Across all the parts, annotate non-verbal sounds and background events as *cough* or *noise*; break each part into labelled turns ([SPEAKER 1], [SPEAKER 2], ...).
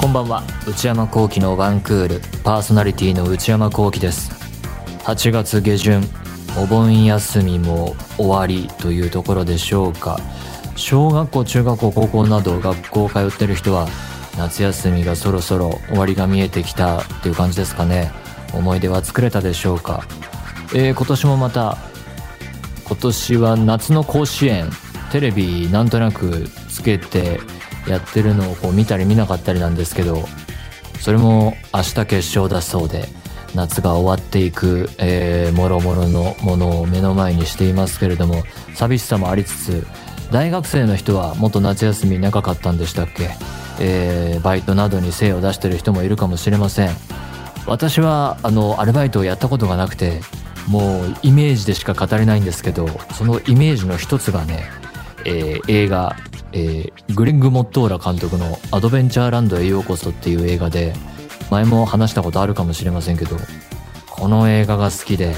[SPEAKER 1] こんばんは内山聖輝のワンクールパーソナリティの内山聖輝です8月下旬お盆休みも終わりというところでしょうか小学校中学校高校など学校通ってる人は夏休みがそろそろ終わりが見えてきたっていう感じですかね思い出は作れたでしょうか、えー今年もまた今年は夏の甲子園テレビなんとなくつけてやってるのをこう見たり見なかったりなんですけどそれも明日決勝だそうで夏が終わっていく、えー、もろもろのものを目の前にしていますけれども寂しさもありつつ大学生の人はもっと夏休み長かったんでしたっけ、えーバイトなどに精を出してる人もいるかもしれません私はあのアルバイトをやったことがなくてもうイメージでしか語れないんですけどそのイメージの一つがね、えー映画、えーグレング・モットーラ監督の「アドベンチャーランドへようこそ」っていう映画で前も話したことあるかもしれませんけどこの映画が好きで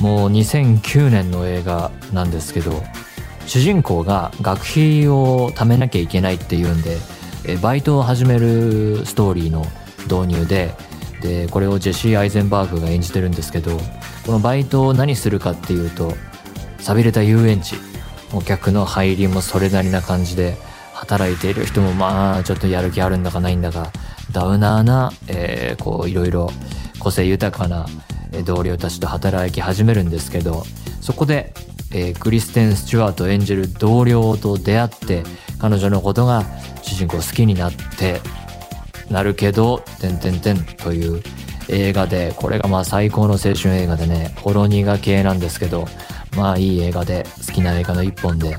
[SPEAKER 1] もう2009年の映画なんですけど主人公が学費を貯めなきゃいけないっていうんでえーバイトを始めるストーリーの導入ででこれをジェシー・アイゼンバーグが演じてるんですけどこのバイトを何するかっていうと寂れた遊園地お客の入りもそれなりな感じで働いている人もまあちょっとやる気あるんだかないんだかダウナーな、えーこういろいろ個性豊かなえー同僚たちと働き始めるんですけどそこで、えークリステン・スチュワート演じる同僚と出会って彼女のことが主人公好きになってなるけど、てんてんてんという映画で、これがまあ最高の青春映画でね、ほろ苦系なんですけど、まあいい映画で、好きな映画の一本で、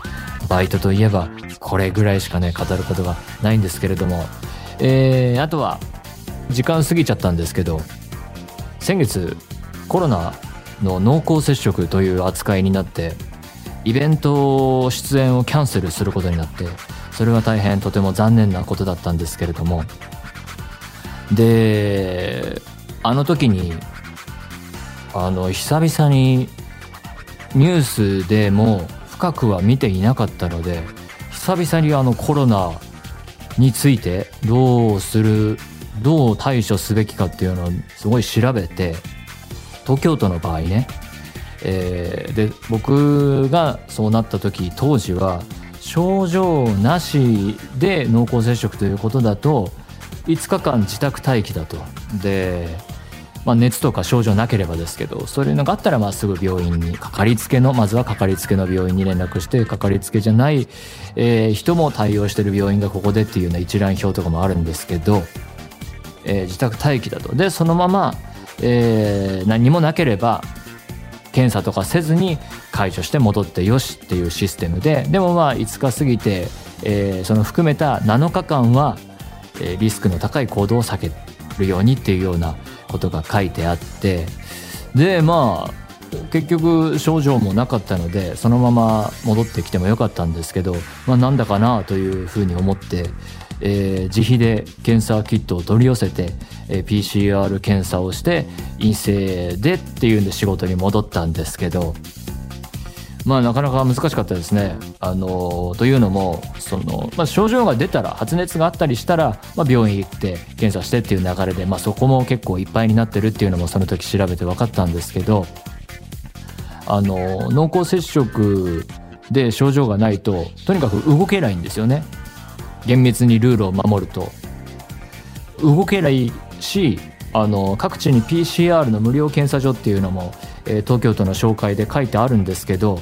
[SPEAKER 1] バイトといえばこれぐらいしかね、語ることがないんですけれども、えー、あとは、時間過ぎちゃったんですけど、先月、コロナの濃厚接触という扱いになって、イベント出演をキャンセルすることになって、それは大変とても残念なことだったんですけれども、であの時にあの久々にニュースでも深くは見ていなかったので久々にあのコロナについてどうするどう対処すべきかっていうのをすごい調べて東京都の場合ね、えーで僕がそうなった時当時は症状なしで濃厚接触ということだと5日間自宅待機だとで、まあ、熱とか症状なければですけどそういうのがあったらまあすぐ病院にかかりつけのまずはかかりつけの病院に連絡してかかりつけじゃない、えー人も対応してる病院がここでっていうような一覧表とかもあるんですけど、えー自宅待機だとでそのまま、えー何もなければ検査とかせずに解除して戻ってよしっていうシステムででもまあ5日過ぎて、えーその含めた7日間はえーリスクの高い行動を避けるようにっていうようなことが書いてあってでまあ結局症状もなかったのでそのまま戻ってきてもよかったんですけど、まあ、なんだかなというふうに思って、えー自費で検査キットを取り寄せて、えー PCR 検査をして陰性でっていうんで仕事に戻ったんですけど。まあ、なかなか難しかったですね。あのというのもその、まあ、症状が出たら発熱があったりしたら、まあ、病院行って検査してっていう流れで、まあ、そこも結構いっぱいになってるっていうのもその時調べて分かったんですけどあの濃厚接触で症状がないととにかく動けないんですよね。厳密にルールを守ると動けないしあの各地に PCR の無料検査所っていうのも、えー東京都の紹介で書いてあるんですけど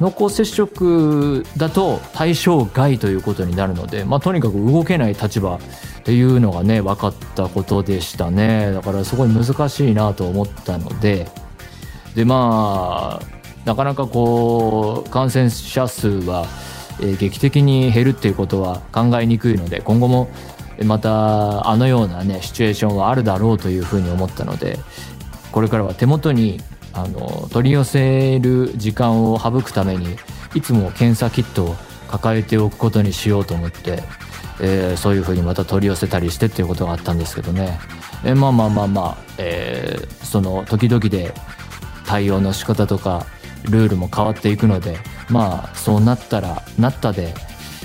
[SPEAKER 1] 濃厚接触だと対象外ということになるので、まあ、とにかく動けない立場っていうのがね分かったことでしたねだからすごい難しいなと思ったのででまあなかなかこう感染者数は、えー劇的に減るっていうことは考えにくいので今後もえまたあのようなねシチュエーションはあるだろうというふうに思ったのでこれからは手元にあの取り寄せる時間を省くためにいつも検査キットを抱えておくことにしようと思って、えーそういうふうにまた取り寄せたりしてっていうことがあったんですけどね、えまあまあまあまあ、えーその時々で対応の仕方とかルールも変わっていくのでまあそうなったらなったで、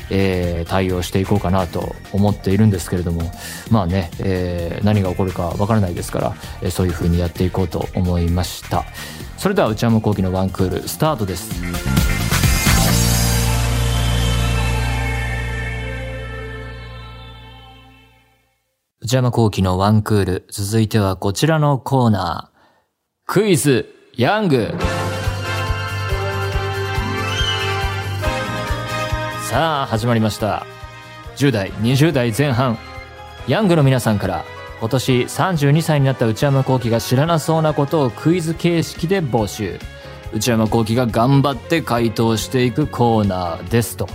[SPEAKER 1] えー対応していこうかなと思っているんですけれどもまあね、えー何が起こるかわからないですから、えーそういう風にやっていこうと思いましたそれでは内山聖輝のワンクールスタートです内山聖輝のワンクール続いてはこちらのコーナークイズヤングさあ始まりました10代20代前半ヤングの皆さんから今年32歳になった内山聖輝が知らなそうなことをクイズ形式で募集内山聖輝が頑張って回答していくコーナーですと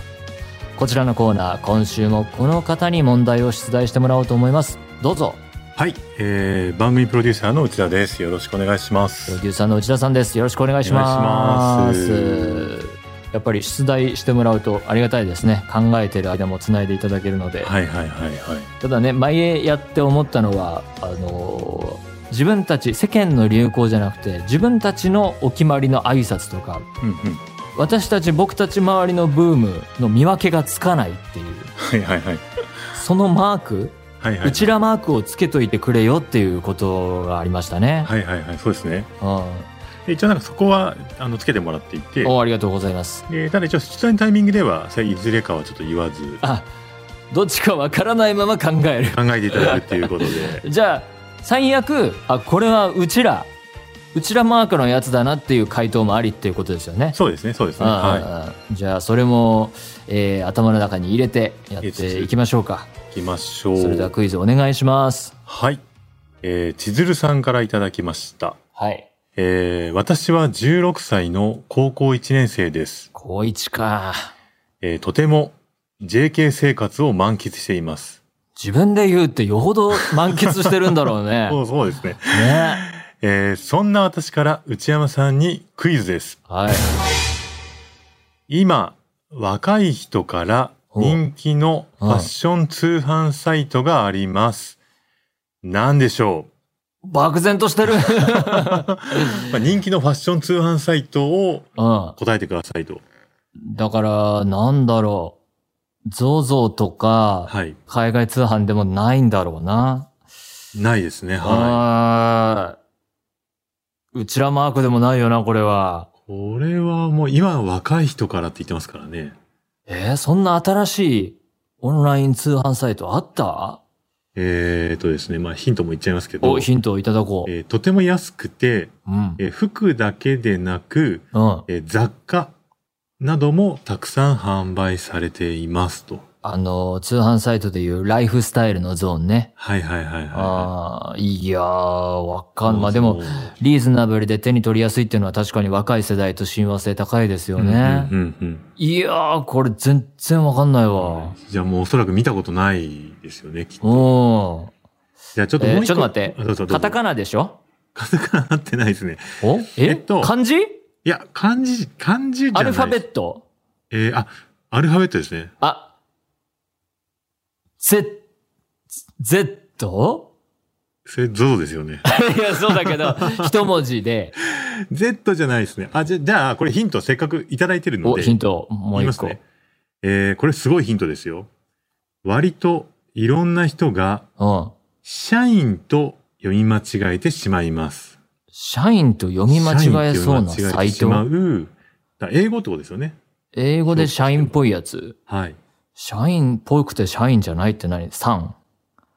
[SPEAKER 1] こちらのコーナー今週もこの方に問題を出題してもらおうと思いますどうぞ
[SPEAKER 2] はい、えー、番組プロデューサーの内田です。よろしくお願いしま
[SPEAKER 1] プロ
[SPEAKER 2] す。
[SPEAKER 1] デューサーの内田さんです。よろしくお願いしま
[SPEAKER 2] お願
[SPEAKER 1] す。やっぱり出題してもらうとありがたいですね。考えてる間もつないでいただけるので。
[SPEAKER 2] はいはいはいはい。
[SPEAKER 1] ただね、前やって思ったのは、あのー自分たち、世間の流行じゃなくて、自分たちのお決まりの挨拶とか、
[SPEAKER 2] うんうん。
[SPEAKER 1] 私たち、僕たち周りのブームの見分けがつかないっていう、
[SPEAKER 2] はいはいはい。
[SPEAKER 1] そのマーク、
[SPEAKER 2] はいは
[SPEAKER 1] う
[SPEAKER 2] い。
[SPEAKER 1] ちらマークをつけといてくれよっていうことがありましたね。
[SPEAKER 2] はいはいはい。そうですね。
[SPEAKER 1] うん
[SPEAKER 2] で一応なんかそこは、あの、つけてもらっていて、
[SPEAKER 1] おありがとうございます。
[SPEAKER 2] でただ一応、出題のタイミングでは、それいずれかはちょっと言わず、
[SPEAKER 1] あどっちかわからないまま考え
[SPEAKER 2] 考えていただくっていうこ
[SPEAKER 1] *laughs*
[SPEAKER 2] とで。
[SPEAKER 1] るじゃあ最悪あこれはうちらうちらマークのやつだなっていう回答もありっていうことですよね
[SPEAKER 2] そうですね、そうですね。
[SPEAKER 1] ああ
[SPEAKER 2] は
[SPEAKER 1] ああじゃあそれも、えー頭の中に入れてやっ
[SPEAKER 2] 入れつつ
[SPEAKER 1] ていきましょうか
[SPEAKER 2] い。行きましょ
[SPEAKER 1] それでは
[SPEAKER 2] う。
[SPEAKER 1] クイズお願いします
[SPEAKER 2] はい。えー、千鶴さんからいただきました。
[SPEAKER 1] はい
[SPEAKER 2] えー、私は16歳の高校1年生です。
[SPEAKER 1] 高一か
[SPEAKER 2] えー、とても JK 生活を満喫しています。
[SPEAKER 1] 自分で言うってよほど満喫してるんだろう *laughs* ね
[SPEAKER 2] *laughs* そうそうですね。
[SPEAKER 1] ね
[SPEAKER 2] えーそんな私から内山さんにクイズです。
[SPEAKER 1] はい
[SPEAKER 2] 今、若い人から人気のファッション通販サイトがあります。何でしょ
[SPEAKER 1] 漠然として *laughs* る
[SPEAKER 2] う、まあ、人気のファッション通販サイトを
[SPEAKER 1] うん
[SPEAKER 2] 答えてくださいと。
[SPEAKER 1] だからなんだろう ZOZO とか、
[SPEAKER 2] はい。
[SPEAKER 1] 海外通販でもないんだろうな。
[SPEAKER 2] ないですね。は
[SPEAKER 1] はいうちらマークでもないよな、これは。
[SPEAKER 2] い。これはもう今若い人からって言ってますからね。
[SPEAKER 1] えーそんな新しいオンライン通販サイトあった
[SPEAKER 2] えー、とですね。まあヒントも言っちゃいますけど
[SPEAKER 1] お、。ヒントをいただこう。
[SPEAKER 2] えーとても安くて、
[SPEAKER 1] うん。
[SPEAKER 2] えー服だけでなく、
[SPEAKER 1] うん。
[SPEAKER 2] えー雑貨などもたくさん販売されていますと。
[SPEAKER 1] あの、通販サイトでいうライフスタイルのゾーンね。
[SPEAKER 2] はいはいはいは
[SPEAKER 1] ああ、いやー、わ
[SPEAKER 2] い。
[SPEAKER 1] かん、まあ、でも、、リーズナブルで手に取りやすいっていうのは確かに若い世代と親和性高いですよね。
[SPEAKER 2] うんうんうん
[SPEAKER 1] いやー、これ全然わかんないわ。
[SPEAKER 2] じゃあもうおそらく見たことないですよね、きっと。
[SPEAKER 1] うん。
[SPEAKER 2] じゃあちょっと
[SPEAKER 1] え
[SPEAKER 2] もう
[SPEAKER 1] ー
[SPEAKER 2] 一
[SPEAKER 1] ちょっ
[SPEAKER 2] 個
[SPEAKER 1] と待って
[SPEAKER 2] あどうぞ。どうぞ
[SPEAKER 1] カタカナでしょ
[SPEAKER 2] カタカナ合ってないですね。
[SPEAKER 1] おえ
[SPEAKER 2] えっと
[SPEAKER 1] 漢字
[SPEAKER 2] いや、漢字、漢字じゃな
[SPEAKER 1] ア
[SPEAKER 2] い
[SPEAKER 1] ルファベ
[SPEAKER 2] ト。
[SPEAKER 1] ット
[SPEAKER 2] えーあ、アルファベットですね。
[SPEAKER 1] あ、Z、Z? *laughs*
[SPEAKER 2] それ、ゾウですよね。 *laughs*
[SPEAKER 1] いや、そうだけど、一文字で。
[SPEAKER 2] Z じゃないですね。あ、じゃあ、じゃあこれヒントせっかくいただいてるの
[SPEAKER 1] お、
[SPEAKER 2] で。
[SPEAKER 1] ヒント、もう
[SPEAKER 2] 言いま
[SPEAKER 1] 一
[SPEAKER 2] す
[SPEAKER 1] 個。
[SPEAKER 2] ね。えーこれすごいヒントですよ。割といろんな人が
[SPEAKER 1] うん。
[SPEAKER 2] 社員と読み間違えてしまいます。
[SPEAKER 1] 社員と読み間違えそうな
[SPEAKER 2] 社員と
[SPEAKER 1] サイト。
[SPEAKER 2] 読み間違えてしまう。だ英語ってことですよね。
[SPEAKER 1] 英語で社員っぽいやつ。
[SPEAKER 2] はい。
[SPEAKER 1] 社員っぽくて社員じゃないって何 ?3。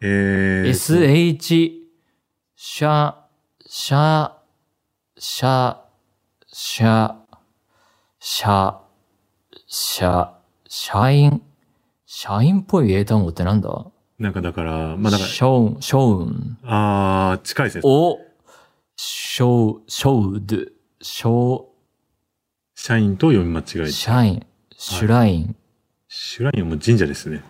[SPEAKER 2] えー、
[SPEAKER 1] SH、シャ、シャ、シャ、シャ、シャ、シャ、社員、社員っぽい英単語ってなんだ
[SPEAKER 2] なんかだから、まあだか
[SPEAKER 1] ショウン、ショウン、
[SPEAKER 2] ら、あー、近いですね。
[SPEAKER 1] お、ショウ、ショウドゥ、ショ
[SPEAKER 2] 社員と読み間違え
[SPEAKER 1] ウ、
[SPEAKER 2] て。
[SPEAKER 1] シャイン、シュライン。
[SPEAKER 2] シュラインはもう神社で
[SPEAKER 1] *laughs*
[SPEAKER 2] すね。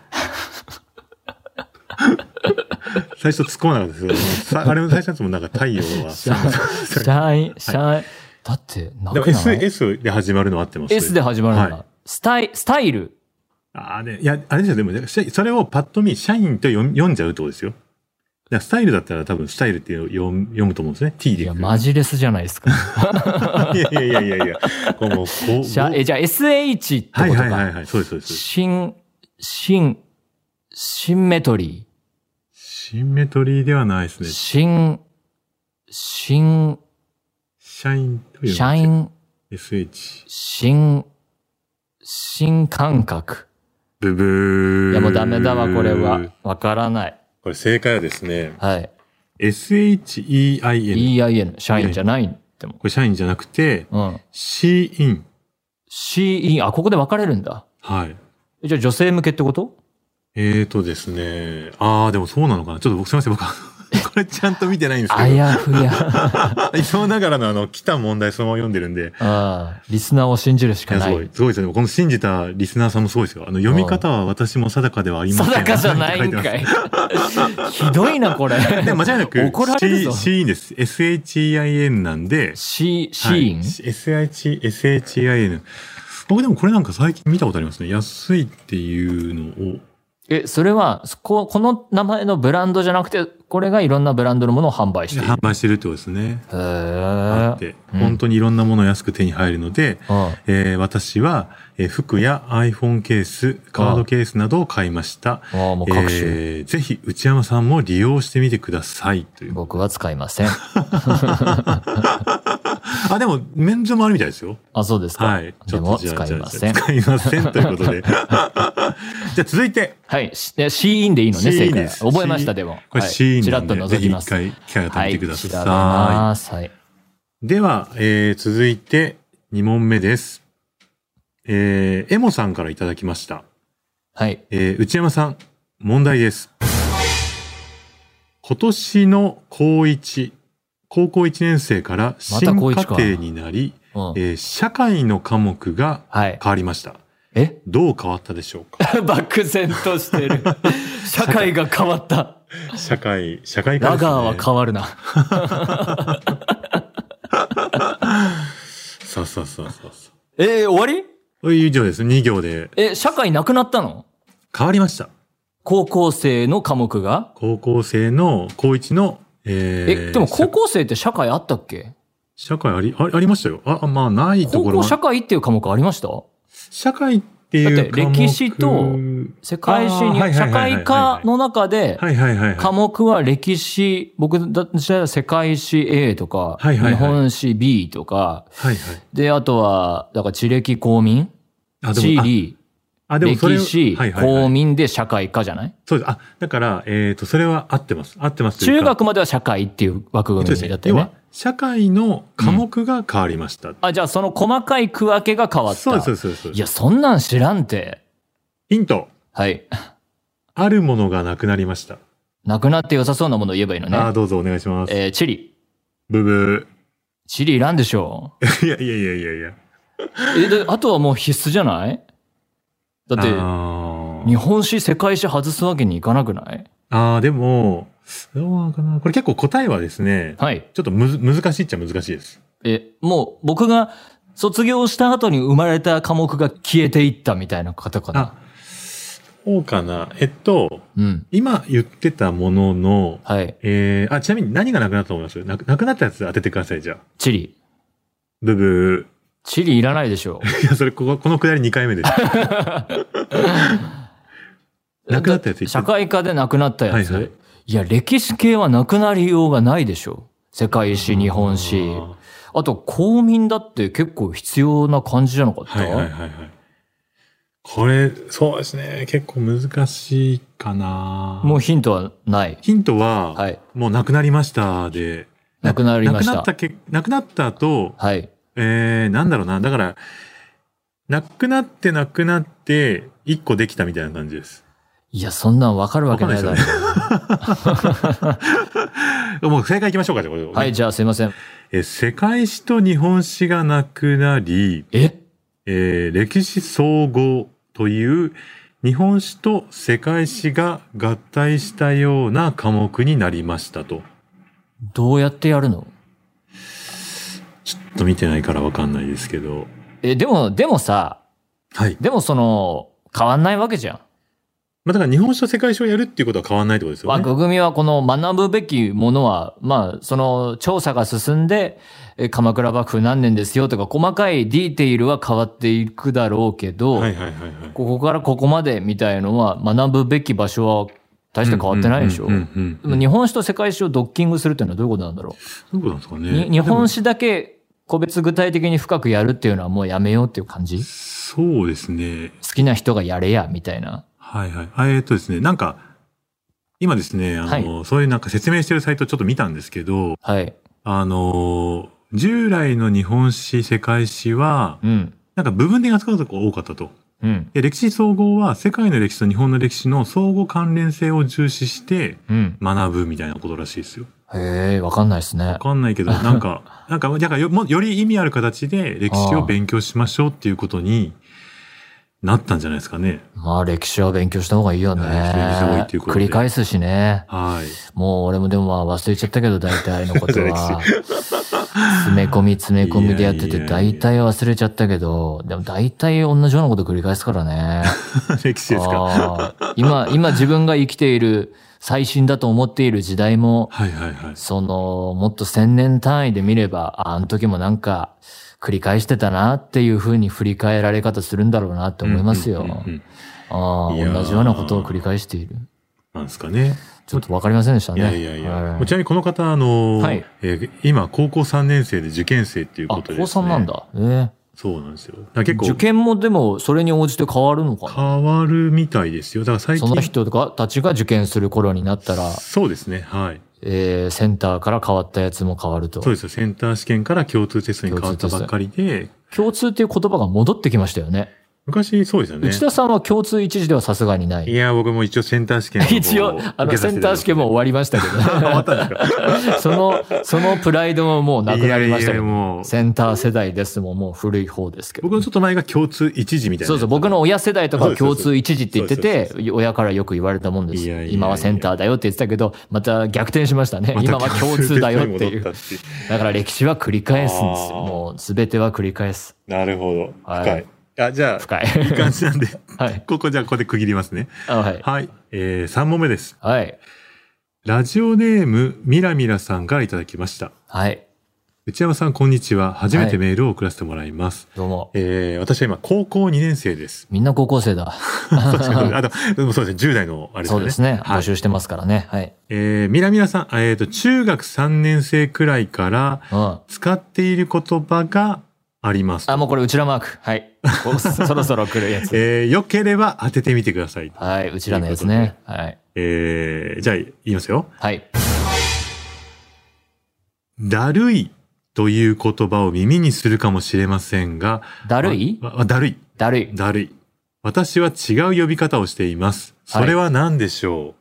[SPEAKER 2] 最初突っ込まなかったですけど、さあれも最初のやつもなんか太陽は。
[SPEAKER 1] シャイン、シャイン。だって、な
[SPEAKER 2] で
[SPEAKER 1] く
[SPEAKER 2] も
[SPEAKER 1] ない
[SPEAKER 2] S、S で始まるのは合ってます。
[SPEAKER 1] S で始まるんだ。
[SPEAKER 2] はい
[SPEAKER 1] スタイ、スタイル。
[SPEAKER 2] あれ、いや、あれですよ、でも、しそれをパッと見、社員と読ん読んじゃうってことですよ。だからスタイルだったら多分、スタイルっていうのを読む読むと思うんですね。T
[SPEAKER 1] い
[SPEAKER 2] で。
[SPEAKER 1] や、マジレスじゃないですか。
[SPEAKER 2] *laughs* いやいやいやいやいや。こうもうこう
[SPEAKER 1] シャ
[SPEAKER 2] もう
[SPEAKER 1] えじゃあ SH ってこ
[SPEAKER 2] はい
[SPEAKER 1] とか、
[SPEAKER 2] はいはいはい。そうです、そうです。
[SPEAKER 1] 新シン、シンメトリ
[SPEAKER 2] シンメトリーではないです
[SPEAKER 1] ー、
[SPEAKER 2] ね。
[SPEAKER 1] シン、シン、
[SPEAKER 2] 社員という。
[SPEAKER 1] 社。員、
[SPEAKER 2] SH。
[SPEAKER 1] 新、新感覚。
[SPEAKER 2] ブブー。
[SPEAKER 1] いやもうダメだわ、これは。。わからない。
[SPEAKER 2] これ正解はですね、
[SPEAKER 1] はい。
[SPEAKER 2] SHEIN。
[SPEAKER 1] EIN、社員じゃないっても。
[SPEAKER 2] これ社員じゃなくて、
[SPEAKER 1] うん。
[SPEAKER 2] シーイン。
[SPEAKER 1] CE、あ、ここで分かれるんだ。
[SPEAKER 2] はい。
[SPEAKER 1] えじゃあ女性向けってこと
[SPEAKER 2] えーとですね、あー、でもそうなのかな。ちょっと僕、すいません、僕、
[SPEAKER 1] *laughs*
[SPEAKER 2] これちゃんと見てないんです
[SPEAKER 1] あ
[SPEAKER 2] けど、
[SPEAKER 1] やふ
[SPEAKER 2] *laughs*
[SPEAKER 1] や。
[SPEAKER 2] いそうながらの、あの、来た問題そのまま読んでるんで、
[SPEAKER 1] うん。リスナーを信じるし
[SPEAKER 2] い
[SPEAKER 1] か
[SPEAKER 2] や
[SPEAKER 1] な
[SPEAKER 2] す
[SPEAKER 1] い。
[SPEAKER 2] ごい、すごいですよね。この信じたリスナーさんもすごいですよ。あの、読み方は私も定かではありません。
[SPEAKER 1] 定かじゃないん
[SPEAKER 2] って書
[SPEAKER 1] か
[SPEAKER 2] て
[SPEAKER 1] い。 *laughs* ひどいな、これ。
[SPEAKER 2] ます *laughs* でも間違いなく、
[SPEAKER 1] 怒られるぞ
[SPEAKER 2] C、C です。SHEIN なんで、
[SPEAKER 1] C、
[SPEAKER 2] は
[SPEAKER 1] C
[SPEAKER 2] い
[SPEAKER 1] イン
[SPEAKER 2] SH、SHEIN。僕でもこれなんか最近見たことありますね。安いっていうのを。
[SPEAKER 1] え、それは、そこ、この名前のブランドじゃなくて、これがいろんなブランドのものを販売している。
[SPEAKER 2] 販売してるってことですね。
[SPEAKER 1] へ
[SPEAKER 2] あ
[SPEAKER 1] ー
[SPEAKER 2] って、本当にいろんなものを安く手に入るので、
[SPEAKER 1] うん。
[SPEAKER 2] えー私は、えー服や iPhone ケース、カードケースなどを買いました。
[SPEAKER 1] ああ、もう各種、
[SPEAKER 2] えーぜひ内山さんも利用してみてくださいという。
[SPEAKER 1] 僕は使いません。
[SPEAKER 2] あ、でも、メンズもあるみたいですよ。
[SPEAKER 1] あ、そうですか。
[SPEAKER 2] はい。
[SPEAKER 1] でも
[SPEAKER 2] じゃあ
[SPEAKER 1] 使いません
[SPEAKER 2] じゃあ使いませんというこ
[SPEAKER 1] *laughs*
[SPEAKER 2] とで。じゃあ続いて、
[SPEAKER 1] はい。しで C インでいいのね、
[SPEAKER 2] シーイン
[SPEAKER 1] 正解
[SPEAKER 2] で
[SPEAKER 1] は。
[SPEAKER 2] す
[SPEAKER 1] 覚えまし
[SPEAKER 2] シー
[SPEAKER 1] た、
[SPEAKER 2] イン
[SPEAKER 1] でも。
[SPEAKER 2] これ C
[SPEAKER 1] はい、ちら
[SPEAKER 2] な
[SPEAKER 1] っ
[SPEAKER 2] ん
[SPEAKER 1] と
[SPEAKER 2] で、
[SPEAKER 1] 覗
[SPEAKER 2] ぜ
[SPEAKER 1] き
[SPEAKER 2] ひ
[SPEAKER 1] ま
[SPEAKER 2] 一
[SPEAKER 1] す。
[SPEAKER 2] 回機会を
[SPEAKER 1] は
[SPEAKER 2] 与え
[SPEAKER 1] い。調
[SPEAKER 2] てみ
[SPEAKER 1] べ
[SPEAKER 2] てください。
[SPEAKER 1] ます。はい。
[SPEAKER 2] では、えー続いて2問目です。えーエモさんからいただきました。
[SPEAKER 1] はい。
[SPEAKER 2] えー内山さん、問題です。今年の高一、高校1年生から新
[SPEAKER 1] また高
[SPEAKER 2] 課
[SPEAKER 1] 一か
[SPEAKER 2] 程になり、
[SPEAKER 1] うん。
[SPEAKER 2] えー社会の科目が
[SPEAKER 1] はい。
[SPEAKER 2] 変わりました。
[SPEAKER 1] え *laughs*
[SPEAKER 2] どう変わったでしょうか
[SPEAKER 1] 漠然として
[SPEAKER 2] *laughs*
[SPEAKER 1] る。社会が変わった。
[SPEAKER 2] 社会、社会科
[SPEAKER 1] ラ
[SPEAKER 2] ですね
[SPEAKER 1] ガーは変わるな。
[SPEAKER 2] そうそうそうそうそ
[SPEAKER 1] えー、終わり
[SPEAKER 2] う。以上です。2行で
[SPEAKER 1] え、社会なくなったの
[SPEAKER 2] 変わりました。
[SPEAKER 1] 高校生の科目が
[SPEAKER 2] 高校生の高一の、えー
[SPEAKER 1] え、でも高校生って社会あったっけ
[SPEAKER 2] 社会あり、あありましたよ。あ、あまあ、ないと
[SPEAKER 1] 高
[SPEAKER 2] こ
[SPEAKER 1] 校
[SPEAKER 2] ろは
[SPEAKER 1] 社会っていう科目ありました
[SPEAKER 2] 社会っていう
[SPEAKER 1] だって
[SPEAKER 2] 科目
[SPEAKER 1] 歴史と世界史
[SPEAKER 2] あーはいはいはいはい
[SPEAKER 1] に、社会科の中で、
[SPEAKER 2] はいはいはい、
[SPEAKER 1] 科
[SPEAKER 2] はい。
[SPEAKER 1] 目は歴史、僕だったら世界史 A とか、
[SPEAKER 2] はいはいはい
[SPEAKER 1] 日本史 B とか、
[SPEAKER 2] はいはい。
[SPEAKER 1] で、あとは、だから地歴公民、
[SPEAKER 2] あ、
[SPEAKER 1] 地
[SPEAKER 2] あ
[SPEAKER 1] 理、
[SPEAKER 2] あ、でもそれ
[SPEAKER 1] 歴史、
[SPEAKER 2] はいはいは
[SPEAKER 1] 公
[SPEAKER 2] い。
[SPEAKER 1] 民で社会科じゃない
[SPEAKER 2] そうです。あ、だから、えっ、と、それは合ってます。合ってますとい
[SPEAKER 1] 中
[SPEAKER 2] うか。
[SPEAKER 1] 学までは社会っていう枠
[SPEAKER 2] そうで
[SPEAKER 1] 組
[SPEAKER 2] す
[SPEAKER 1] み
[SPEAKER 2] ね
[SPEAKER 1] だった
[SPEAKER 2] 要
[SPEAKER 1] よね
[SPEAKER 2] は。、社会の科目が変わりました。
[SPEAKER 1] あ、じゃあその細かい区分けが変わった。
[SPEAKER 2] そうです、そうですそうです。そう
[SPEAKER 1] い
[SPEAKER 2] です
[SPEAKER 1] や、そんなん知らんて。
[SPEAKER 2] ヒント。
[SPEAKER 1] はい。
[SPEAKER 2] あるものがなくなりました。
[SPEAKER 1] なくなって良さそうなものを言えばいいの
[SPEAKER 2] あー
[SPEAKER 1] ね。
[SPEAKER 2] どうぞお願いします。
[SPEAKER 1] えー、チリ。
[SPEAKER 2] ブブ
[SPEAKER 1] チリいらんでしょう。
[SPEAKER 2] ー。いやいやいやいやいや。
[SPEAKER 1] え、
[SPEAKER 2] *laughs*
[SPEAKER 1] であとはもう必須じゃないだって、
[SPEAKER 2] あー
[SPEAKER 1] 日本史、世界史外すわけにいかなくない
[SPEAKER 2] あー、でも、どうなのかな。これ結構答えはですね、
[SPEAKER 1] はい。
[SPEAKER 2] ちょっとむず難しいっちゃ難しいです。
[SPEAKER 1] え、もう僕が卒業した後に生まれた科目が消えていったみたいな方かな。
[SPEAKER 2] あ、そうかな。えっと、
[SPEAKER 1] うん。
[SPEAKER 2] 今言ってたものの、
[SPEAKER 1] はい。
[SPEAKER 2] えー、あ、ちなみに何がなくなったと思いますなくなくなったやつ当ててください、じゃあ。
[SPEAKER 1] チリ。
[SPEAKER 2] ブブ
[SPEAKER 1] チリいらないでしょ
[SPEAKER 2] *laughs* ー。いや、それ、ここ、このくだり2回目です。
[SPEAKER 1] *laughs* う。
[SPEAKER 2] なくなったやつ言って
[SPEAKER 1] 社会科でなくなったやつ。
[SPEAKER 2] はい
[SPEAKER 1] い
[SPEAKER 2] はい
[SPEAKER 1] や、歴史系はなくなりようがないでしょう。世界史、日本史。あと、公民だって結構必要な感じじゃなかった、
[SPEAKER 2] はいはいはいはい。これ、そうですね。結構難しいかな
[SPEAKER 1] もうヒントはない。
[SPEAKER 2] ヒントは、
[SPEAKER 1] はい。
[SPEAKER 2] もうなくなりましたで、
[SPEAKER 1] なくなり
[SPEAKER 2] な
[SPEAKER 1] ま
[SPEAKER 2] く
[SPEAKER 1] した。
[SPEAKER 2] なったけ、なくなった後、
[SPEAKER 1] はい。
[SPEAKER 2] えー、なんだろうな。だから、なくなってなくなって、1個できたみたいな感じです。
[SPEAKER 1] いや、そんなんわかるわけないだろ
[SPEAKER 2] わ。もう正解いきましょうか、じゃあこれをね
[SPEAKER 1] はい、じゃあすいません。
[SPEAKER 2] えー世界史と日本史がなくなり、
[SPEAKER 1] え
[SPEAKER 2] えー歴史総合という日本史と世界史が合体したような科目になりましたと。
[SPEAKER 1] どうやってやるの
[SPEAKER 2] ちょっと見てないからわかんないですけど。
[SPEAKER 1] え、でも、でもさ、
[SPEAKER 2] はい。
[SPEAKER 1] でもその、変わんないわけじゃん。
[SPEAKER 2] まあ、だから日本史と世界史をやるっていうことは変わらないってことですよね。
[SPEAKER 1] 枠組みはこの学ぶべきものは、まあ、その調査が進んで、え鎌倉幕府何年ですよとか、細かいディテールは変わっていくだろうけど、
[SPEAKER 2] はいはいはいはい。
[SPEAKER 1] ここからここまでみたいのは、学ぶべき場所は大して変わってないでしょ。
[SPEAKER 2] うんうん
[SPEAKER 1] で
[SPEAKER 2] うんうん
[SPEAKER 1] も日本史と世界史をドッキングするっていうのはどういうことなんだろ
[SPEAKER 2] そういうことなんですか
[SPEAKER 1] う。
[SPEAKER 2] ね。
[SPEAKER 1] に日本史だけ個別具体的に深くやるっていうのはもうやめようっていう感じ好
[SPEAKER 2] そうですね。
[SPEAKER 1] きな人がやれや、みたいな。
[SPEAKER 2] はいはい。あえーっとですね、なんか、今ですね、あの、そういうなんか説明してるサイトちょっと見たんですけど、
[SPEAKER 1] はい。
[SPEAKER 2] あの、従来の日本史、世界史は、
[SPEAKER 1] うん。
[SPEAKER 2] なんか部分的に扱うとこが多かったと。
[SPEAKER 1] うん。
[SPEAKER 2] で歴史総合は世界の歴史と日本の歴史の相互関連性を重視して
[SPEAKER 1] うん。
[SPEAKER 2] 学ぶみたいなことらしいですよ。
[SPEAKER 1] へえ、わかんないですね
[SPEAKER 2] わ。かんないけど、なんか、なんか、なんかよもより意味ある形で歴史を勉強しましょうっていうことになったんじゃないですかね。
[SPEAKER 1] まあ歴史は勉強した方がいいよね。
[SPEAKER 2] はい歴史は多いっていうこと
[SPEAKER 1] 繰
[SPEAKER 2] で
[SPEAKER 1] り返すしね。
[SPEAKER 2] はい。
[SPEAKER 1] もう俺もでもまあ忘れちゃったけど大体の
[SPEAKER 2] *laughs*
[SPEAKER 1] ことは。詰め込み詰め込みでやって
[SPEAKER 2] いやい
[SPEAKER 1] て
[SPEAKER 2] やいや
[SPEAKER 1] 大体忘れちゃったけど、でも大体同じようなこと繰り返すからね。
[SPEAKER 2] 歴史です
[SPEAKER 1] あ
[SPEAKER 2] か。
[SPEAKER 1] ー今、今自分が生きている最新だと思っている時代も、
[SPEAKER 2] はいはいはい。
[SPEAKER 1] その、もっと千年単位で見れば、ああの時もなんか繰り返してたなっていうふうに振り返られ方するんだろうなって思いますよ。
[SPEAKER 2] うんうんうんうん
[SPEAKER 1] ああ、
[SPEAKER 2] いやー
[SPEAKER 1] 同じようなことを繰り返している。
[SPEAKER 2] なんですかね。
[SPEAKER 1] ちょっとわかりませんでした
[SPEAKER 2] い
[SPEAKER 1] ね。
[SPEAKER 2] やいやいや。
[SPEAKER 1] はい
[SPEAKER 2] ちなみにこの方、あの、
[SPEAKER 1] はい
[SPEAKER 2] えー今、高校3年生で受験生っていう
[SPEAKER 1] あ、
[SPEAKER 2] ことで、ね。
[SPEAKER 1] 高三なん。だ。え
[SPEAKER 2] そうなんですよ。だから結
[SPEAKER 1] え受
[SPEAKER 2] 構
[SPEAKER 1] 験もでも、それに応じて変わるのかな
[SPEAKER 2] 変わるみたいですよ。だから最
[SPEAKER 1] その
[SPEAKER 2] 近。
[SPEAKER 1] 人とかたちが受験する頃になったら、
[SPEAKER 2] そうですね。はい。
[SPEAKER 1] えーセンターから変わったやつも変わると。
[SPEAKER 2] そうですよ。センター試験から共通テストに変わったばっかりで、
[SPEAKER 1] 共通っていう言葉が戻ってきましたよね。
[SPEAKER 2] 昔そうですよね。
[SPEAKER 1] 内田さんは共通一時ではさすがにないい。
[SPEAKER 2] や、僕も一応センター試験の
[SPEAKER 1] *laughs*
[SPEAKER 2] 方を
[SPEAKER 1] 一応、あ
[SPEAKER 2] 受
[SPEAKER 1] の、
[SPEAKER 2] けさ
[SPEAKER 1] セ
[SPEAKER 2] せて
[SPEAKER 1] ン
[SPEAKER 2] いた
[SPEAKER 1] タ
[SPEAKER 2] だ
[SPEAKER 1] ー
[SPEAKER 2] き
[SPEAKER 1] 試験も終わりましたけ
[SPEAKER 2] 終わったんですか
[SPEAKER 1] ど、 *laughs* その、そのプライドももうなくなりました
[SPEAKER 2] いやいやい
[SPEAKER 1] け
[SPEAKER 2] や
[SPEAKER 1] ど、
[SPEAKER 2] もう、
[SPEAKER 1] センター世代ですもん、もう古い方ですけど
[SPEAKER 2] 僕。のちょっと前が共通一時みたいな。
[SPEAKER 1] そうそう、僕の親世代とかは
[SPEAKER 2] そう
[SPEAKER 1] 共
[SPEAKER 2] ですそ
[SPEAKER 1] 通一時って言って
[SPEAKER 2] そうで
[SPEAKER 1] て
[SPEAKER 2] す、
[SPEAKER 1] 親からよく言われたもんで
[SPEAKER 2] い
[SPEAKER 1] す
[SPEAKER 2] やいやい。や
[SPEAKER 1] 今はセンターだよって言ってたけど、また逆転しましたね。
[SPEAKER 2] また
[SPEAKER 1] 今は共通だよってい
[SPEAKER 2] 共
[SPEAKER 1] う。
[SPEAKER 2] 通テストに戻ったっ
[SPEAKER 1] だから歴史は繰り返すんですよ。
[SPEAKER 2] あー
[SPEAKER 1] もう全ては繰り返す。
[SPEAKER 2] てなるほど。
[SPEAKER 1] はい
[SPEAKER 2] 深い。あ、じゃあ、 *laughs*
[SPEAKER 1] 深い。
[SPEAKER 2] いい感じなんで、
[SPEAKER 1] はい。
[SPEAKER 2] ここじゃあここで区切りますね。
[SPEAKER 1] あはい。
[SPEAKER 2] はい。えー、3問目です。
[SPEAKER 1] はい。
[SPEAKER 2] ラジオネーム、みらみらさんからいただきました。
[SPEAKER 1] はい。
[SPEAKER 2] 内山さん、こんにちは。初めてメールを送らせてもらいます。
[SPEAKER 1] どうも。
[SPEAKER 2] えー、私は今、高校2年
[SPEAKER 1] *laughs*
[SPEAKER 2] 生です。
[SPEAKER 1] みんな高校生だ。
[SPEAKER 2] そうですね
[SPEAKER 1] *laughs*
[SPEAKER 2] あと、でもそうですね、10代のあれです
[SPEAKER 1] そ
[SPEAKER 2] よ
[SPEAKER 1] う
[SPEAKER 2] ね。
[SPEAKER 1] ですね。
[SPEAKER 2] は
[SPEAKER 1] 募
[SPEAKER 2] い。
[SPEAKER 1] 集してますからね。はい。
[SPEAKER 2] えー、みらみらさん、えっ、と、中学3年生くらいから
[SPEAKER 1] うん。
[SPEAKER 2] 使っている言葉があります。
[SPEAKER 1] あ、もうこれ、うちらマーク。はい。おそろそろ来るやつ。
[SPEAKER 2] *laughs* えー、よければ当ててみてください。
[SPEAKER 1] はい。うちらのやつね。はい。
[SPEAKER 2] えー、じゃあ、言いますよ。
[SPEAKER 1] はい。
[SPEAKER 2] だるいという言葉を耳にするかもしれませんが、
[SPEAKER 1] だるい
[SPEAKER 2] わわだるい。
[SPEAKER 1] だるい。
[SPEAKER 2] だるい。私は違う呼び方をしています。それは何でしょ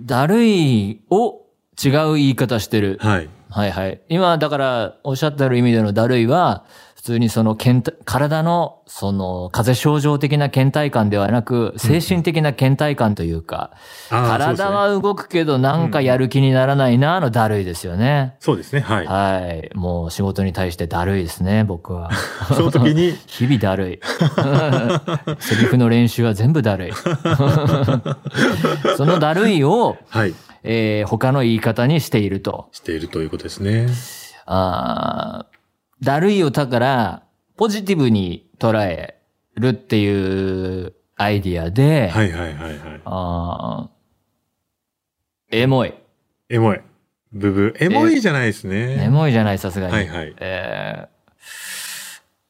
[SPEAKER 1] だるいを違う言い方してる
[SPEAKER 2] う。はい。
[SPEAKER 1] はいはい。今、だから、おっしゃってる意味でのだるいは、普通にその、けんた体の、その、風邪症状的な倦怠感ではなく、精神的な倦怠感というか、
[SPEAKER 2] あー
[SPEAKER 1] 体は動くけど、なんかやる気にならないな、のだるいですよね。
[SPEAKER 2] そうですね。そうですね。は
[SPEAKER 1] はい。もう、仕事に対してだるいですね、僕は。
[SPEAKER 2] い。その時に、
[SPEAKER 1] 日々だるい。セリフの練習は全部だるい。そのだるいを、
[SPEAKER 2] はい。
[SPEAKER 1] えー他の言い方にしていると。
[SPEAKER 2] しているということですね。
[SPEAKER 1] あーだるいをだから、ポジティブに捉えるっていうアイディアで、
[SPEAKER 2] はいはいはいはい。
[SPEAKER 1] あーエモい。
[SPEAKER 2] エモい。ブブー。エモいじゃないです
[SPEAKER 1] エ
[SPEAKER 2] ね。
[SPEAKER 1] モいじゃない、さすがに。
[SPEAKER 2] はいはい。
[SPEAKER 1] えー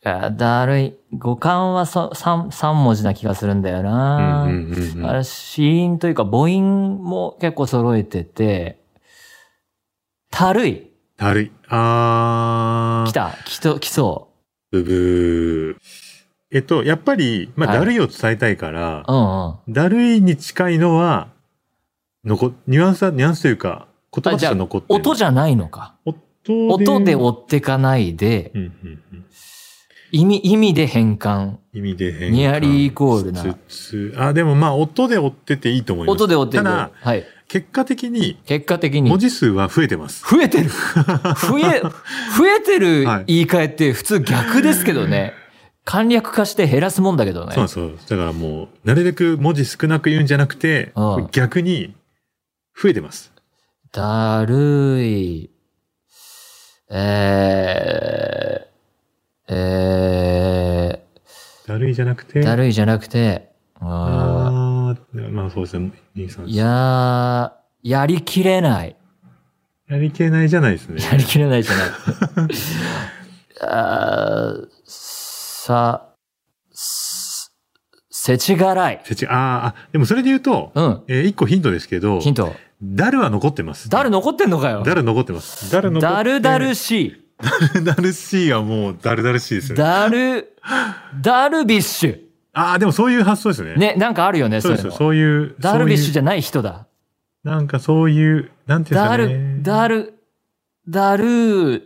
[SPEAKER 1] あーだるい。五感はそ三三文字な気がするんだよな。
[SPEAKER 2] うんうんうんうん
[SPEAKER 1] あれ、子音というか母音も結構揃えてて、たるい。
[SPEAKER 2] だるい。あー。
[SPEAKER 1] 来た。来と、来そ
[SPEAKER 2] ブブー。えっと、やっぱり、まあ、
[SPEAKER 1] はい
[SPEAKER 2] だるいを伝えたいから
[SPEAKER 1] う。う、んうん。
[SPEAKER 2] だるいに近いのは、残、ニュアンスは、ニュアンスというか、言葉として残ってる。
[SPEAKER 1] 音じゃないのか。
[SPEAKER 2] 音で。
[SPEAKER 1] 音で追ってかないで
[SPEAKER 2] う、んうんうん。
[SPEAKER 1] 意味、意味で変換。
[SPEAKER 2] 意味で変換
[SPEAKER 1] ニアリーイコールな
[SPEAKER 2] しつつあ、でもまあ、音で追ってていいと思います。
[SPEAKER 1] 音で追ってる。
[SPEAKER 2] ただ、
[SPEAKER 1] はい。
[SPEAKER 2] 結果的に、
[SPEAKER 1] 結果的に
[SPEAKER 2] 文。字数は増えてます。
[SPEAKER 1] 増えて
[SPEAKER 2] *laughs*
[SPEAKER 1] る増え、増えてる
[SPEAKER 2] はい
[SPEAKER 1] 言い換えって普通逆ですけどね。簡略化して減らすもんだけどね。
[SPEAKER 2] そうそう。だからもう、なるべく文字少なく言うんじゃなくて
[SPEAKER 1] うん、
[SPEAKER 2] 逆に増えてます。
[SPEAKER 1] だるい。えー、え
[SPEAKER 2] だるいじゃなくて、
[SPEAKER 1] ー、だるいじゃなくて、あ
[SPEAKER 2] あーまあそうですね。二
[SPEAKER 1] ー
[SPEAKER 2] 三
[SPEAKER 1] いやー、やりきれない。
[SPEAKER 2] やりきれないじゃないですね。
[SPEAKER 1] やりきれないじゃ
[SPEAKER 2] *laughs*
[SPEAKER 1] ない。あーさ、すせちがらい。
[SPEAKER 2] せち、あーあ、でもそれで言うと、
[SPEAKER 1] うん。
[SPEAKER 2] えー一個ヒントですけど、
[SPEAKER 1] ヒント。
[SPEAKER 2] だるは残ってます。
[SPEAKER 1] だる残ってんのかよ。
[SPEAKER 2] だる残ってます。だる残って
[SPEAKER 1] だる
[SPEAKER 2] *laughs*
[SPEAKER 1] だる。しい。
[SPEAKER 2] だるしいがもうだるだるしいですよね。
[SPEAKER 1] だる、だるビッシ
[SPEAKER 2] ああ、でもそういう発想ですね。
[SPEAKER 1] ュ。ね、なんかあるよね、
[SPEAKER 2] そ
[SPEAKER 1] そうう
[SPEAKER 2] で
[SPEAKER 1] いう
[SPEAKER 2] すよ。
[SPEAKER 1] の。
[SPEAKER 2] そういう。
[SPEAKER 1] ダルビッシュじ
[SPEAKER 2] ゃ
[SPEAKER 1] ゃない人だ。
[SPEAKER 2] なんかそういう、なんていうんです
[SPEAKER 1] ダ
[SPEAKER 2] か
[SPEAKER 1] ル
[SPEAKER 2] ね。、
[SPEAKER 1] ダル、ダル、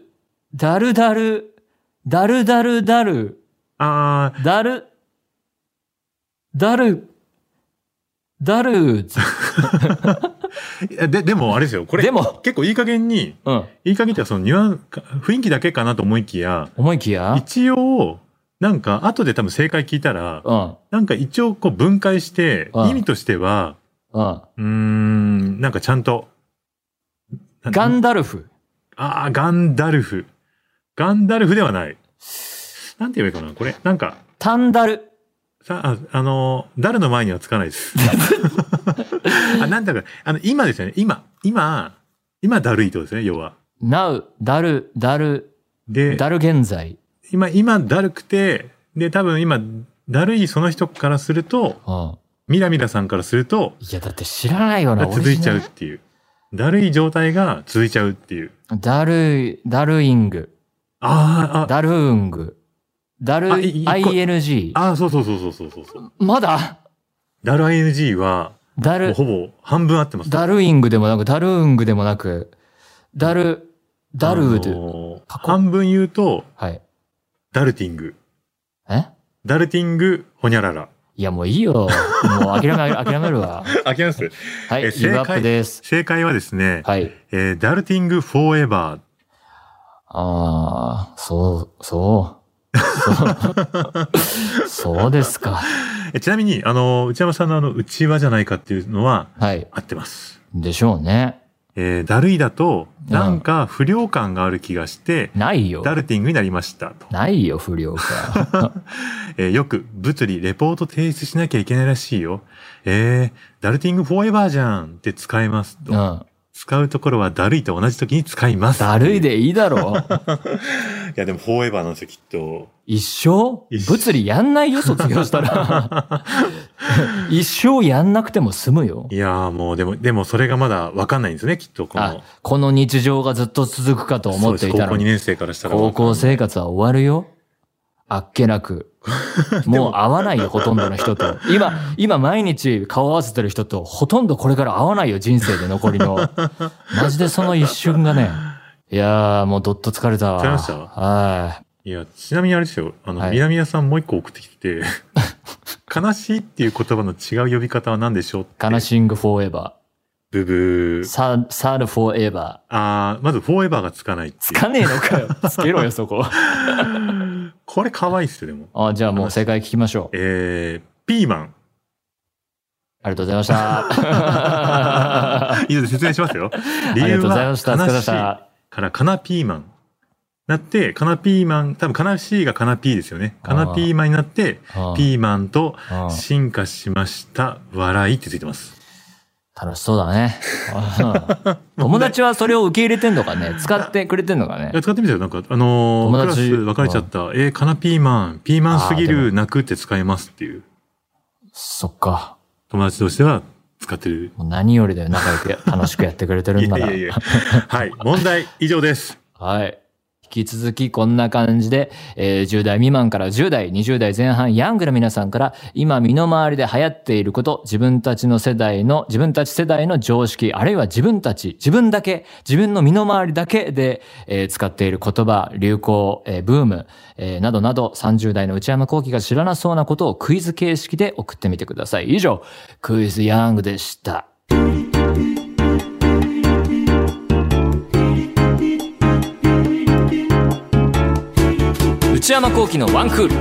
[SPEAKER 1] ダルダル、ダルダルダル、
[SPEAKER 2] ああ、
[SPEAKER 1] ダル、ダル、ダルズ、
[SPEAKER 2] いやで、でもあれですよ。これ、
[SPEAKER 1] でも、
[SPEAKER 2] 結構いい加減に、
[SPEAKER 1] うん、
[SPEAKER 2] いい加減っていうかそのニュアンス雰囲気だけかなと思いきや、
[SPEAKER 1] 思いきや、
[SPEAKER 2] 一応、なんか後で多分正解聞いたら、
[SPEAKER 1] うん、
[SPEAKER 2] なんか一応こう分解して
[SPEAKER 1] うん、
[SPEAKER 2] 意味としては、
[SPEAKER 1] うん、
[SPEAKER 2] うーん、なんかちゃんと。な
[SPEAKER 1] ガンダルフ、
[SPEAKER 2] ああ、ガンダルフ。ガンダルフではない。なんて言えばいいかなこれ。なんか、
[SPEAKER 1] タンダル、
[SPEAKER 2] さ、あ、あのー、ダルの前にはつかないです。あ、なんだか、あの、今ですよね。今、今、今だるいってことですね、要は。
[SPEAKER 1] ナウ、ダル、ダル、
[SPEAKER 2] で、
[SPEAKER 1] ダル現在。
[SPEAKER 2] 今、今だるくて、で、多分今、だるいその人からすると、
[SPEAKER 1] うん。
[SPEAKER 2] ミラミラさんからすると、
[SPEAKER 1] いや、だって知らないよな、
[SPEAKER 2] 続いちゃう
[SPEAKER 1] オ
[SPEAKER 2] っ
[SPEAKER 1] リジ
[SPEAKER 2] ていう。だるい状態が続いちゃうっていう。
[SPEAKER 1] ナル。ダル、ダルイング、
[SPEAKER 2] あーあ、
[SPEAKER 1] ダルーング、ダル
[SPEAKER 2] あいい
[SPEAKER 1] ING。
[SPEAKER 2] ああ、そうそうそうそうそうそうそう。
[SPEAKER 1] まだ
[SPEAKER 2] ダル ING は、
[SPEAKER 1] ダ
[SPEAKER 2] もう
[SPEAKER 1] ル、
[SPEAKER 2] ほぼ半分合ってます。
[SPEAKER 1] ダルイングでもなく、ダルーングでもなく、ダル、ダルード
[SPEAKER 2] あのー
[SPEAKER 1] 過去
[SPEAKER 2] 半分言うと、
[SPEAKER 1] はい。
[SPEAKER 2] ダルティング。
[SPEAKER 1] え
[SPEAKER 2] ダルティング、ホニャララ。
[SPEAKER 1] いや、もういいよ。もう諦め、諦めるわ。
[SPEAKER 2] あきます
[SPEAKER 1] はい、
[SPEAKER 2] え
[SPEAKER 1] ギブア
[SPEAKER 2] 正解
[SPEAKER 1] ップです。
[SPEAKER 2] 正解はですね、
[SPEAKER 1] はい。
[SPEAKER 2] えーダルティングフォーエバー。
[SPEAKER 1] ああ、そう、そう。そうそうですか。
[SPEAKER 2] えちなみに、あのー、内山さんのあの、内輪じゃないかっていうのは
[SPEAKER 1] はい。
[SPEAKER 2] 合ってます。
[SPEAKER 1] でしょうね。
[SPEAKER 2] えーダルイだと、
[SPEAKER 1] うん
[SPEAKER 2] なんか不良感がある気がして、
[SPEAKER 1] ないよ。
[SPEAKER 2] ダルティングになりましたと。
[SPEAKER 1] ないよ、不良か。
[SPEAKER 2] えーよく物理レポート提出しなきゃいけないらしいよ。えー、ダルティングフォーエバーじゃんって使えますと。
[SPEAKER 1] うん。
[SPEAKER 2] 使うところはダルイと同じ時に使います。
[SPEAKER 1] だるいでいいだろう。
[SPEAKER 2] いや、でも、フォーエバーなんですよ、きっと。
[SPEAKER 1] 一生
[SPEAKER 2] 一生
[SPEAKER 1] 物理やんないよ、卒業したら。
[SPEAKER 2] *laughs*
[SPEAKER 1] 一生やんなくても済むよ。
[SPEAKER 2] いやーもう、でも、でも、それがまだわかんないんですね、きっと。この、
[SPEAKER 1] あ、この日常がずっと続くかと思っていた
[SPEAKER 2] そうです高校
[SPEAKER 1] ら
[SPEAKER 2] 2、年生からしたら。
[SPEAKER 1] 高校生活は終わるよ。あっけな
[SPEAKER 2] *laughs*
[SPEAKER 1] く。もう会わないよ、ほとんどの人と。今、今毎日顔合わせてる人と、ほとんどこれから会わないよ、人生で残りの。マジでその一瞬がね。いやー、もうどっと疲れたわ。
[SPEAKER 2] 疲れました
[SPEAKER 1] はい。
[SPEAKER 2] いや、ちなみにあれですよ、あの、
[SPEAKER 1] はい
[SPEAKER 2] 南谷さんもう一個送ってきて
[SPEAKER 1] *laughs*
[SPEAKER 2] て、悲しいっていう言葉の違う呼び方は何でしょうって
[SPEAKER 1] 悲しんぐフォーエバ
[SPEAKER 2] ブブ
[SPEAKER 1] ー。
[SPEAKER 2] ー。
[SPEAKER 1] サー、サードフォーエバー。
[SPEAKER 2] あーまず、フォーエバーがつかないって
[SPEAKER 1] つ
[SPEAKER 2] いう。
[SPEAKER 1] かねえのかよ。つけろよ、そこ。
[SPEAKER 2] これ可愛いっすよ、でも。
[SPEAKER 1] あじゃあもう正解聞きましょう。
[SPEAKER 2] えー、ピーマン。
[SPEAKER 1] ありがとうございま
[SPEAKER 2] *laughs*
[SPEAKER 1] した。
[SPEAKER 2] 以上で説明しますよ。
[SPEAKER 1] *laughs* あ
[SPEAKER 2] 理
[SPEAKER 1] りが
[SPEAKER 2] 由
[SPEAKER 1] とうございま
[SPEAKER 2] は
[SPEAKER 1] した。疲れ
[SPEAKER 2] 悲
[SPEAKER 1] ま
[SPEAKER 2] し
[SPEAKER 1] し
[SPEAKER 2] い
[SPEAKER 1] た。
[SPEAKER 2] から、カナピーマン。なって、カナピーマン、多分悲しいがカナピーですよね。カナピーマンになって、
[SPEAKER 1] うん
[SPEAKER 2] ピーマンと
[SPEAKER 1] うん
[SPEAKER 2] 進化しました。笑いってついてます。
[SPEAKER 1] 楽しそうだ
[SPEAKER 2] *laughs*
[SPEAKER 1] ね。うん友達はそれを受け入れてんのかね使ってくれてんのかね
[SPEAKER 2] いや使ってみてよ。なんか、あのー
[SPEAKER 1] 友
[SPEAKER 2] クラ
[SPEAKER 1] 達
[SPEAKER 2] ス別れちゃった。えー、カナピーマン、ピーマンすぎ
[SPEAKER 1] あーで
[SPEAKER 2] る、泣くって使えますっていう。
[SPEAKER 1] そっか。
[SPEAKER 2] 友達としては使ってる。
[SPEAKER 1] もう何よりだよ、仲良くや楽しくやってくれて
[SPEAKER 2] い
[SPEAKER 1] るん
[SPEAKER 2] や
[SPEAKER 1] だ
[SPEAKER 2] い
[SPEAKER 1] な
[SPEAKER 2] やいや。はい。問題以上です。
[SPEAKER 1] はい。引き続きこんな感じで、えー10代未満から10代、20代前半、ヤングの皆さんから、今身の回りで流行っていること、自分たちの世代の、自分たち世代の常識、あるいは自分たち、自分だけ、自分の身の回りだけで、えー使っている言葉、流行、えーブーム、えーなどなど、30代の内山幸輝が知らなそうなことをクイズ形式で送ってみてください。以上、クイズヤングでした。内山幸輝のワンクール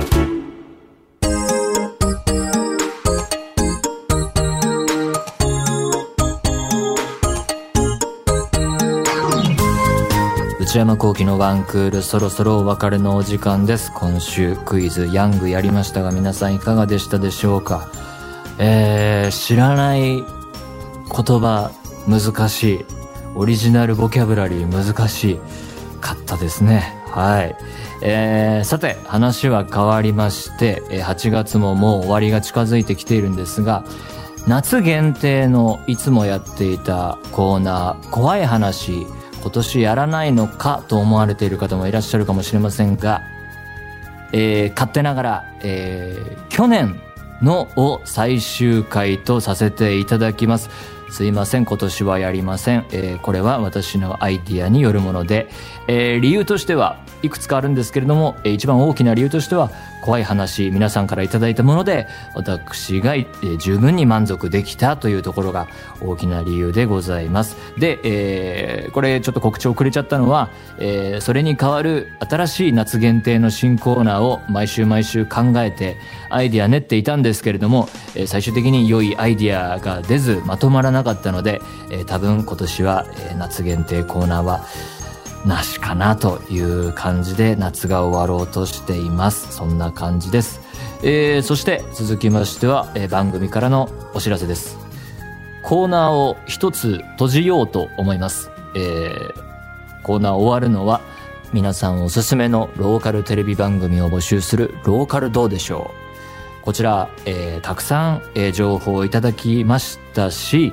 [SPEAKER 1] 内山幸喜のワンクール、そろそろお別れのお時間です。今週クイズ、ヤングやりましたが、皆さんいかがでしたでしょうかえー、知らない言葉、難しい。オリジナルボキャブラリー、難しい。かったですね。はい。えー、さて、話は変わりまして、えー8月ももう終わりが近づいてきているんですが、夏限定のいつもやっていたコーナー、怖い話、今年やらないのかと思われている方もいらっしゃるかもしれませんが、えー勝手ながら、えー去年のを最終回とさせていただきます。すいません、今年はやりません。えーこれは私のアイディアによるもので、えー理由としてはいくつかあるんですけれども、えー一番大きな理由としては、怖い話、皆さんからいただいたもので、私が、えー十分に満足できたというところが大きな理由でございます。で、えーこれちょっと告知遅れちゃったのは、えーそれに代わる新しい夏限定の新コーナーを毎週毎週考えて、アイディア練っていたんですけれども、えー最終的に良いアイディアが出ず、まとまらなかったので、えー多分今年は、えー夏限定コーナーは、なしかなという感じで夏が終わろうとしています。そんな感じです。えーそして続きましては、えー番組からのお知らせです。コーナーを一つ閉じようと思います。えーコーナー終わるのは皆さんおすすめのローカルテレビ番組を募集するローカルどうでしょう。こちら、えーたくさん、えー情報をいただきましたし、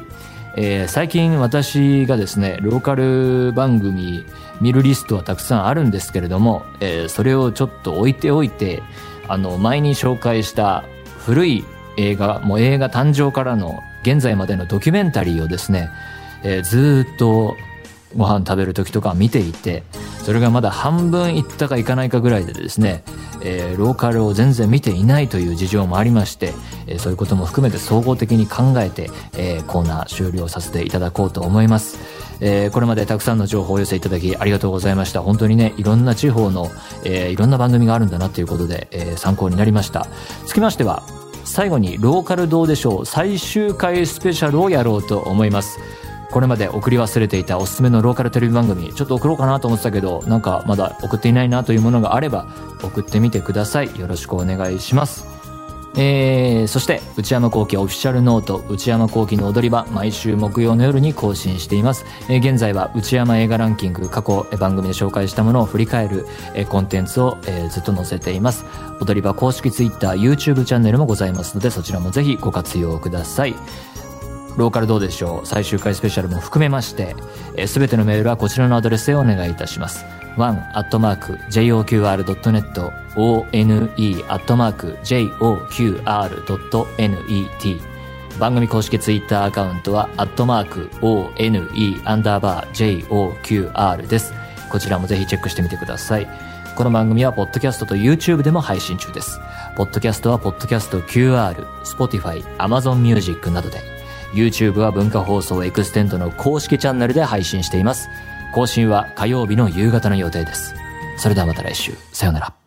[SPEAKER 1] えー最近私がですね、ローカル番組見るリストはたくさんあるんですけれども、えーそれをちょっと置いておいて、あの、前に紹介した古い映画、もう映画誕生からの現在までのドキュメンタリーをですね、えーずーっとご飯食べる時とか見ていて、それがまだ半分いったかいかないかぐらいでですね、えーローカルを全然見ていないという事情もありまして、えーそういうことも含めて総合的に考えて、えーコーナー終了させていただこうと思います。えーこれまでたくさんの情報をお寄せいただきありがとうございました。本当にね、いろんな地方の、えーいろんな番組があるんだなということで、えー参考になりました。つきましては、最後にローカルどうでしょう最終回スペシャルをやろうと思います。これまで送り忘れていたおすすめのローカルテレビ番組ちょっと送ろうかなと思ってたけどなんかまだ送っていないなというものがあれば送ってみてくださいよろしくお願いしますえー、そして内山幸喜オフィシャルノート内山幸喜の踊り場毎週木曜の夜に更新しています、えー現在は内山映画ランキング過去えー番組で紹介したものを振り返る、えーコンテンツを、えーずっと載せています踊り場公式 TwitterYouTube チャンネルもございますのでそちらもぜひご活用くださいローカルどうでしょう最終回スペシャルも含めまして、えー、全てのメールはこちらのアドレスへお願いいたします。one.joqr.net one.joqr.net 番組公式ツイッターアカウントは、アットマーク、one, アンダーバー、joqr です。こちらもぜひチェックしてみてください。この番組は、ポッドキャストと YouTube でも配信中です。ポッドキャストは、ポッドキャスト QR、Spotify、Amazon Music などで、YouTube は文化放送エクステントの公式チャンネルで配信しています。更新は火曜日の夕方の予定です。それではまた来週。さようなら。